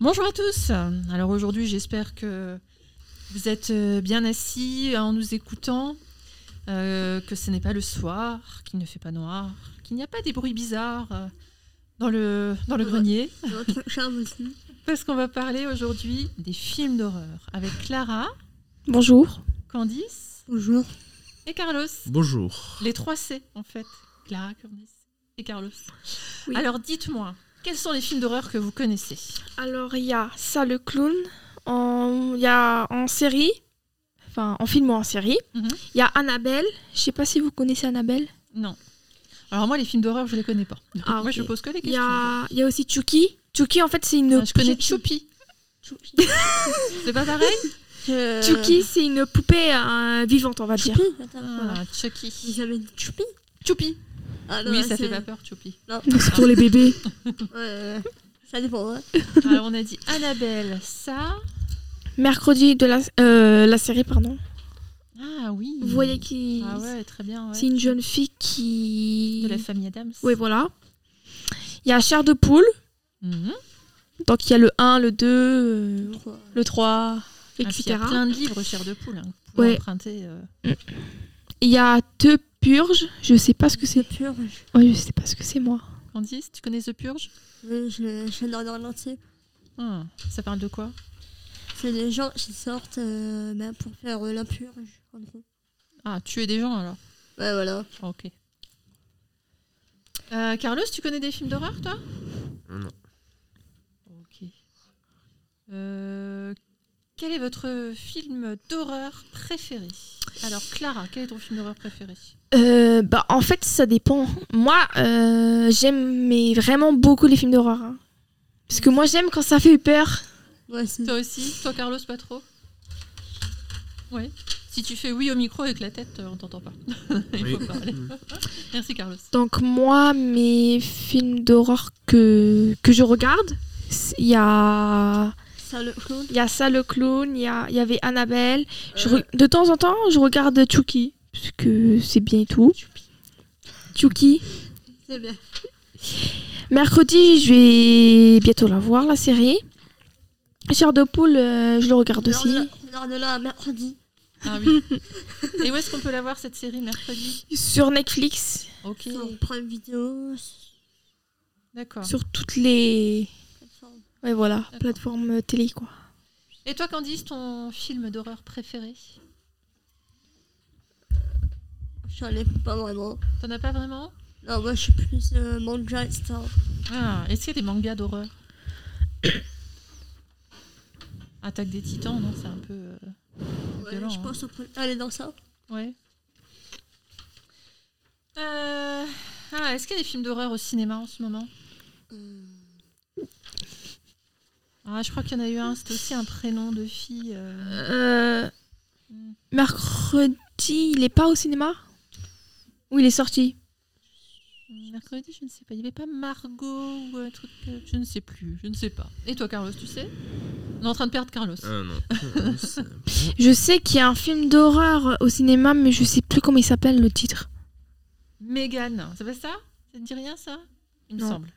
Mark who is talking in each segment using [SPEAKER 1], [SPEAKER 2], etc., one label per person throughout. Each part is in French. [SPEAKER 1] Bonjour à tous. Alors aujourd'hui, j'espère que vous êtes euh, bien assis en nous écoutant, euh, que ce n'est pas le soir, qu'il ne fait pas noir, qu'il n'y a pas des bruits bizarres euh, dans le, dans le grenier. Parce qu'on va parler aujourd'hui des films d'horreur avec Clara,
[SPEAKER 2] Bonjour.
[SPEAKER 1] Candice
[SPEAKER 2] Bonjour.
[SPEAKER 1] et Carlos.
[SPEAKER 3] Bonjour.
[SPEAKER 1] Les trois C en fait. Clara, Candice et Carlos.
[SPEAKER 2] Oui.
[SPEAKER 1] Alors dites-moi, quels sont les films d'horreur que vous connaissez
[SPEAKER 2] Alors, il y a ça, le clown. En- Il y a en série, enfin, en film ou en série. Il
[SPEAKER 1] Mhm.
[SPEAKER 2] y a Annabelle. Je sais pas si vous connaissez Annabelle.
[SPEAKER 1] Non. Alors moi, les films d'horreur, je les connais pas.
[SPEAKER 2] Ah,
[SPEAKER 1] Moi,
[SPEAKER 2] ok.
[SPEAKER 1] je pose que les
[SPEAKER 2] Il
[SPEAKER 1] questions.
[SPEAKER 2] y a, il y a aussi Chucky. Chucky, en fait, c'est une.
[SPEAKER 1] Ah, je connais
[SPEAKER 2] poupée-
[SPEAKER 1] Choupi.
[SPEAKER 2] Chucky.
[SPEAKER 1] C'est pas pareil
[SPEAKER 4] Euh,
[SPEAKER 2] Chucky, c'est une poupée euh, vivante, on va dire.
[SPEAKER 1] Ah, Chucky.
[SPEAKER 4] J'avais dit Choupi.
[SPEAKER 1] Choupi.
[SPEAKER 4] Ah, non,
[SPEAKER 1] Oui,
[SPEAKER 4] là,
[SPEAKER 1] ça fait
[SPEAKER 4] c'est-
[SPEAKER 1] pas peur, Choupi.
[SPEAKER 4] Non,
[SPEAKER 2] C'est pour les bébés.
[SPEAKER 4] euh, ça dépend. ouais.
[SPEAKER 1] Alors, Ah, on a dit Annabelle, ça.
[SPEAKER 2] Mercredi de la, euh, la série, pardon.
[SPEAKER 1] Ah oui.
[SPEAKER 2] Vous voyez qui.
[SPEAKER 1] Ah ouais, très bien. ouais.
[SPEAKER 2] C'est une jeune fille qui.
[SPEAKER 1] De la famille Adams.
[SPEAKER 2] Oui, voilà. Il y a Chair de poule.
[SPEAKER 1] Mhm.
[SPEAKER 2] Donc il y a le 1, le 2, euh,
[SPEAKER 4] Trois.
[SPEAKER 2] le 3,
[SPEAKER 1] Ah, puis,
[SPEAKER 2] etc.
[SPEAKER 1] Il y a plein de livres, chair de poule. hein, que vous pouvez
[SPEAKER 2] Ouais.
[SPEAKER 1] emprunter. euh.
[SPEAKER 2] Il y a The Purge, je sais pas ce que c'est.
[SPEAKER 4] Pur,
[SPEAKER 2] Ouais, je sais pas ce que c'est moi.
[SPEAKER 1] Candice, tu connais The Purge
[SPEAKER 4] je, je, je l'en ai en entier.
[SPEAKER 1] Ah, Ça parle de quoi
[SPEAKER 4] C'est des gens qui sortent euh, ben, pour faire euh, l'impurge, en gros.
[SPEAKER 1] Ah, tuer des gens alors.
[SPEAKER 4] Ouais, voilà.
[SPEAKER 1] Ok. Euh, Carlos, tu connais des films d'horreur, toi
[SPEAKER 3] Non.
[SPEAKER 1] Ok. Euh, quel est votre film d'horreur préféré Alors, Clara, quel est ton film d'horreur préféré
[SPEAKER 2] Euh, bah en fait ça dépend. Moi euh, j'aime mais vraiment beaucoup les films d'horreur. hein. Parce que moi j'aime quand ça fait peur.
[SPEAKER 4] Ouais, c'est...
[SPEAKER 1] Toi aussi Toi, Carlos, pas trop Oui. Si tu fais oui au micro avec la tête, euh, on t'entend pas. Il
[SPEAKER 3] Oui.
[SPEAKER 1] faut parler. Merci, Carlos.
[SPEAKER 2] Donc moi mes films d'horreur que, que je regarde, c'est- il y a,
[SPEAKER 4] Ça, le clown.
[SPEAKER 2] il y a ça le clown, il y, a- il y avait Annabelle. Je re- De temps en temps je regarde Chucky. Parce que c'est bien et tout. Chucky.
[SPEAKER 4] C'est bien.
[SPEAKER 2] Mercredi, je vais bientôt la voir, la série. Chair de poule, euh, je le regarde
[SPEAKER 4] Lors de
[SPEAKER 2] aussi.
[SPEAKER 4] la- Lors de là, mercredi.
[SPEAKER 1] Ah oui. Et où est-ce qu'on peut la voir, cette série, mercredi
[SPEAKER 2] Sur Netflix,
[SPEAKER 1] Ok,
[SPEAKER 4] Sur Prime Vidéo. sur
[SPEAKER 1] d'accord.
[SPEAKER 2] sur toutes les
[SPEAKER 4] plateforme.
[SPEAKER 2] ouais, voilà, plateformes euh, télé. Quoi.
[SPEAKER 1] Et toi, Candice, ton film d'horreur préféré
[SPEAKER 4] J'en ai pas vraiment.
[SPEAKER 1] T'en as pas vraiment
[SPEAKER 4] Non, moi, je suis plus euh, manga, etc.
[SPEAKER 1] Ah, est-ce qu'il y a des mangas d'horreur Attaque des titans, non C'est un peu. euh,
[SPEAKER 4] Ouais,
[SPEAKER 1] violent,
[SPEAKER 4] je
[SPEAKER 1] hein.
[SPEAKER 4] pense qu'on peut aller dans ça.
[SPEAKER 1] Ouais. Euh, Ah, est-ce qu'il y a des films d'horreur au cinéma en ce moment
[SPEAKER 4] Euh,
[SPEAKER 1] Ah, je crois qu'il y en a eu un, c'était aussi un prénom de fille. euh. hmm.
[SPEAKER 2] Euh, mercredi, il est pas au cinéma Ou il est sorti
[SPEAKER 1] Euh, Mercredi, je ne sais pas. Il n'y avait pas Margot ou un truc. euh, Je ne sais plus, je ne sais pas. Et toi, Carlos, tu sais On est en train de perdre Carlos.
[SPEAKER 2] Euh.
[SPEAKER 3] Ah non. C'est-
[SPEAKER 2] Je sais qu'il y a un film d'horreur au cinéma, mais je sais plus comment il s'appelle le titre.
[SPEAKER 1] Mégane, c'est pas ça Ça ne dit rien, ça Il me
[SPEAKER 2] Non.
[SPEAKER 1] semble.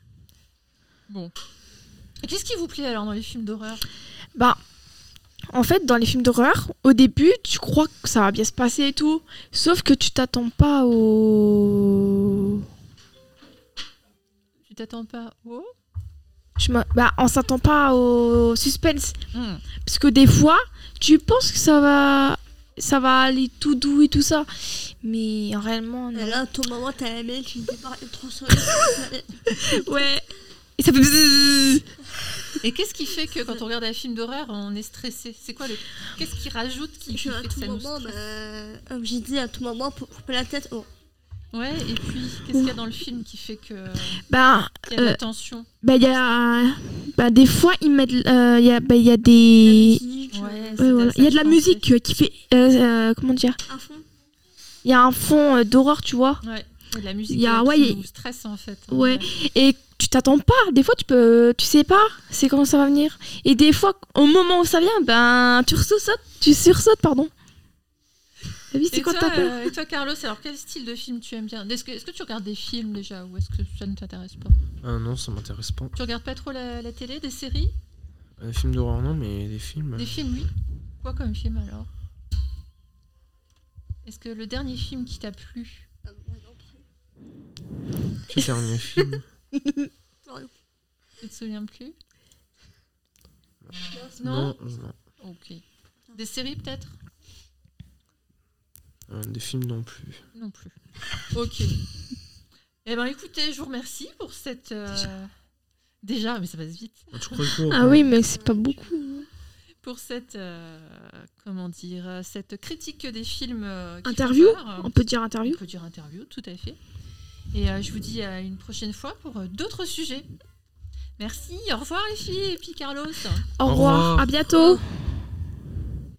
[SPEAKER 1] Bon. Et Qu'est-ce qui vous plaît alors dans les films d'horreur
[SPEAKER 2] Bah, en fait, dans les films d'horreur, au début, tu crois que ça va bien se passer et tout. Sauf que tu t'attends pas au.
[SPEAKER 1] Tu t'attends pas au
[SPEAKER 2] Je m'a- bah, on s'attend pas au suspense.
[SPEAKER 1] Hmm.
[SPEAKER 2] Parce que des fois, tu penses que ça va. Ça va aller tout doux et tout ça. Mais réellement, non.
[SPEAKER 4] Et là, à tout moment, t'as un mec qui débarque trop solide.
[SPEAKER 2] Ouais. Et ça fait. bzzz.
[SPEAKER 1] Et qu'est-ce qui fait que quand on regarde un film d'horreur, on est stressé C'est quoi le Qu'est-ce qui rajoute qui, qui
[SPEAKER 4] Je, à
[SPEAKER 1] fait que
[SPEAKER 4] tout
[SPEAKER 1] ça nous
[SPEAKER 4] moment,
[SPEAKER 1] stresse
[SPEAKER 4] ben, comme j'ai dit, à tout moment, pour couper la tête, oh,
[SPEAKER 1] Ouais. Et puis qu'est-ce qu'il y a dans le film qui fait que
[SPEAKER 2] Bah,
[SPEAKER 1] qu'il y a de la
[SPEAKER 2] Euh,
[SPEAKER 1] tension
[SPEAKER 2] bah, il y a. Bah, des fois, ils mettent. euh, Il y, a, bah, il y
[SPEAKER 4] la
[SPEAKER 2] a des.
[SPEAKER 4] musique,
[SPEAKER 1] Ouais.
[SPEAKER 4] euh,
[SPEAKER 1] c'est
[SPEAKER 2] ouais,
[SPEAKER 1] à
[SPEAKER 2] voilà.
[SPEAKER 1] ça
[SPEAKER 2] Il y a
[SPEAKER 1] que
[SPEAKER 2] de la
[SPEAKER 1] je pensais.
[SPEAKER 2] musique euh, qui fait. euh, euh, comment dire
[SPEAKER 4] à fond.
[SPEAKER 2] Il y a un fond euh, d'horreur, tu vois.
[SPEAKER 1] Ouais. Il y a de la musique
[SPEAKER 2] Il y a-
[SPEAKER 1] qui
[SPEAKER 2] ouais, il y a-
[SPEAKER 1] nous stresse en fait. hein.
[SPEAKER 2] Ouais. Et tu t'attends pas. Des fois, tu peux, tu sais pas, c'est comment ça va venir. Et des fois, au moment où ça vient, ben, tu sursautes, tu sursautes, pardon. La vie, c'est
[SPEAKER 1] Et
[SPEAKER 2] quand
[SPEAKER 1] toi,
[SPEAKER 2] t'as peur.
[SPEAKER 1] euh, et toi, Carlos, alors quel style de film tu aimes bien Est-ce que, est-ce que tu regardes des films déjà ou est-ce que ça ne t'intéresse pas
[SPEAKER 3] Ah non, ça m'intéresse pas.
[SPEAKER 1] Tu regardes pas trop la, la télé, des séries
[SPEAKER 3] Euh, films d'horreur, non, mais des films.
[SPEAKER 1] Des films, oui. Quoi comme film alors Est-ce que le dernier film qui t'a plu
[SPEAKER 4] Ah, moi non plus.
[SPEAKER 3] Le dernier film.
[SPEAKER 1] Tu te souviens plus
[SPEAKER 3] Non, non.
[SPEAKER 1] Ok. Des séries peut-être
[SPEAKER 3] Euh, des films non plus.
[SPEAKER 1] Non plus. Ok. Eh ben écoutez, je vous remercie pour cette. euh, Déjà, mais ça passe vite.
[SPEAKER 3] Ah, tu crois quoi
[SPEAKER 1] euh,
[SPEAKER 2] Ah oui, mais c'est pas beaucoup.
[SPEAKER 1] Pour cette. euh, comment dire euh, Cette critique des films. euh, qui font
[SPEAKER 2] Interview
[SPEAKER 1] peur.
[SPEAKER 2] On peut dire interview
[SPEAKER 1] On peut dire interview, tout à fait. Et euh, je vous dis à une prochaine fois pour euh, d'autres sujets. Merci, au revoir les filles et puis Carlos.
[SPEAKER 2] Au
[SPEAKER 3] Au
[SPEAKER 2] revoir,
[SPEAKER 3] revoir.
[SPEAKER 2] à bientôt.